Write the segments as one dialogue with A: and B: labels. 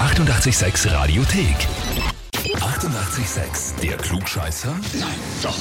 A: 886 Radiothek. 88,6. Der Klugscheißer? Nein, doch.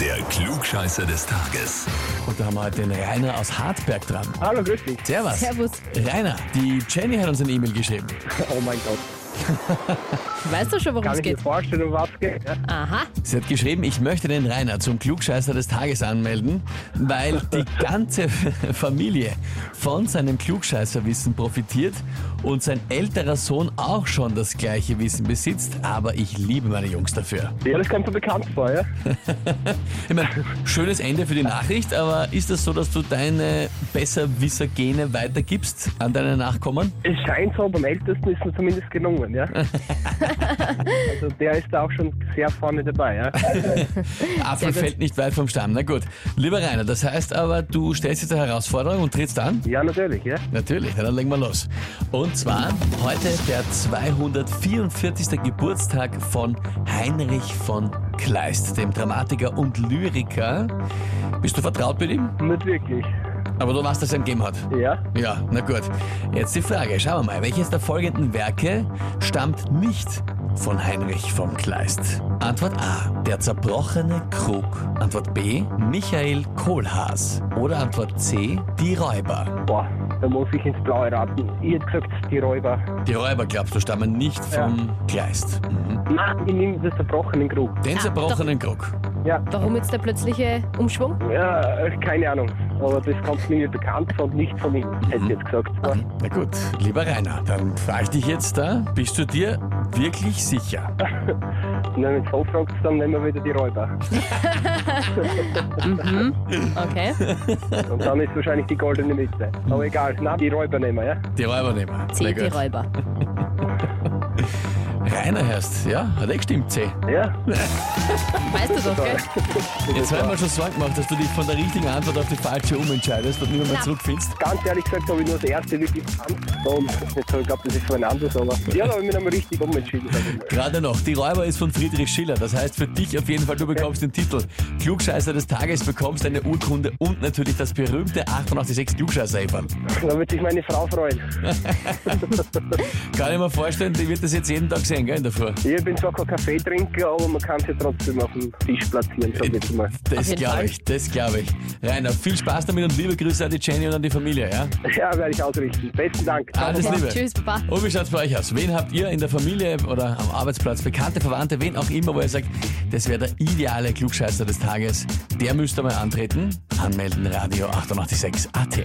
A: Der Klugscheißer des Tages.
B: Und da haben wir heute den Rainer aus Hartberg dran.
C: Hallo, grüß dich.
B: Servus.
D: Servus.
B: Rainer, die Jenny hat uns ein E-Mail geschrieben.
C: Oh mein Gott.
D: Weißt du schon, worum
C: Kann
D: es
C: ich mir
D: geht?
C: vorstellen, um was geht? Ja.
D: Aha.
B: Sie hat geschrieben, ich möchte den Rainer zum Klugscheißer des Tages anmelden, weil die ganze Familie von seinem Klugscheißerwissen profitiert und sein älterer Sohn auch schon das gleiche Wissen besitzt, aber ich liebe meine Jungs dafür.
C: ja, das kommt mir bekannt vor, ja?
B: Ich meine, schönes Ende für die Nachricht, aber ist das so, dass du deine Besserwisser-Gene weitergibst an deine Nachkommen?
C: Es scheint so, beim Ältesten ist mir zumindest gelungen, ja? also der ist da auch schon sehr vorne dabei, ja?
B: Apfel
D: Sehr gut.
B: fällt nicht weit vom Stamm. Na gut. Lieber Rainer, das heißt aber, du stellst jetzt eine Herausforderung und trittst an?
C: Ja, natürlich, ja?
B: Natürlich, na, dann legen wir los. Und zwar heute der 244. Geburtstag von Heinrich von Kleist, dem Dramatiker und Lyriker. Bist du vertraut mit ihm?
C: Nicht wirklich,
B: Aber du weißt, dass er ein Game hat.
C: ja?
B: Ja, na gut. Jetzt die Frage, schauen wir mal, welches der folgenden Werke stammt nicht von Heinrich von Kleist? Antwort A, der zerbrochene Krug. Antwort B, Michael Kohlhaas. Oder Antwort C, die Räuber.
C: Boah, da muss ich ins Blaue raten. Ihr gesagt, die Räuber.
B: Die Räuber, glaubst du, stammen nicht vom Kleist. Mhm.
C: Nein, ich nehme das zerbrochene Krug.
B: Den
D: Ah,
B: zerbrochenen Krug.
C: Ja,
D: Warum jetzt der plötzliche Umschwung?
C: ja, äh, keine Ahnung. Aber das kommt mir bekannt vor und nicht von ihm, hätte ich jetzt gesagt. Aber
B: Na gut, lieber Rainer, dann frage ich dich jetzt da, bist du dir wirklich sicher?
C: Wenn du so fragst, dann nehmen wir wieder die Räuber.
D: Mhm. Okay.
C: Und dann ist wahrscheinlich die goldene Mitte. Aber egal, nein, die Räuber nehmen wir, ja?
B: Die Räuber nehmen wir. Na
D: C, die
B: gut.
D: Räuber.
B: Rainer heißt, ja, hat eh gestimmt, C.
C: Ja?
D: Weißt du doch, gell?
B: Jetzt haben wir schon Sorgen gemacht, dass du dich von der richtigen Antwort auf die falsche umentscheidest und niemand mehr
D: Na.
B: zurückfindest.
C: Ganz ehrlich gesagt habe ich nur das erste wirklich gekannt. Und jetzt habe ich glaube, das ist so ein anderes, aber ja, da habe ich mich nochmal richtig umentschieden. sag ich mal.
B: Gerade noch, die Räuber ist von Friedrich Schiller. Das heißt für dich auf jeden Fall, du bekommst den Titel Klugscheißer des Tages, bekommst eine Urkunde und natürlich das berühmte 886 klugscheißer -Eferl.
C: Da wird sich meine Frau freuen.
B: Kann ich mir vorstellen, die wird das jetzt jeden Tag sehen, gell, in der Früh.
C: Ich bin zwar kein Kaffeetrinker, aber man kann sie trotzdem auf dem Tisch platzieren, sag ich jetzt mal.
B: Das
D: jeden
B: glaube
D: Fall.
B: ich, das glaube ich. Rainer, viel Spaß damit und liebe Grüße an die Jenny und an die Familie, ja?
C: Ja, werde ich ausrichten. Besten Dank.
B: Alles
D: Okay.
B: Liebe.
D: Tschüss, Baba.
B: Und wie schaut's bei euch aus? Wen habt ihr in der Familie oder am Arbeitsplatz, Bekannte, Verwandte, wen auch immer, wo ihr sagt, das wäre der ideale Klugscheißer des Tages? Der müsste mal antreten. Anmelden, Radio 886 AT.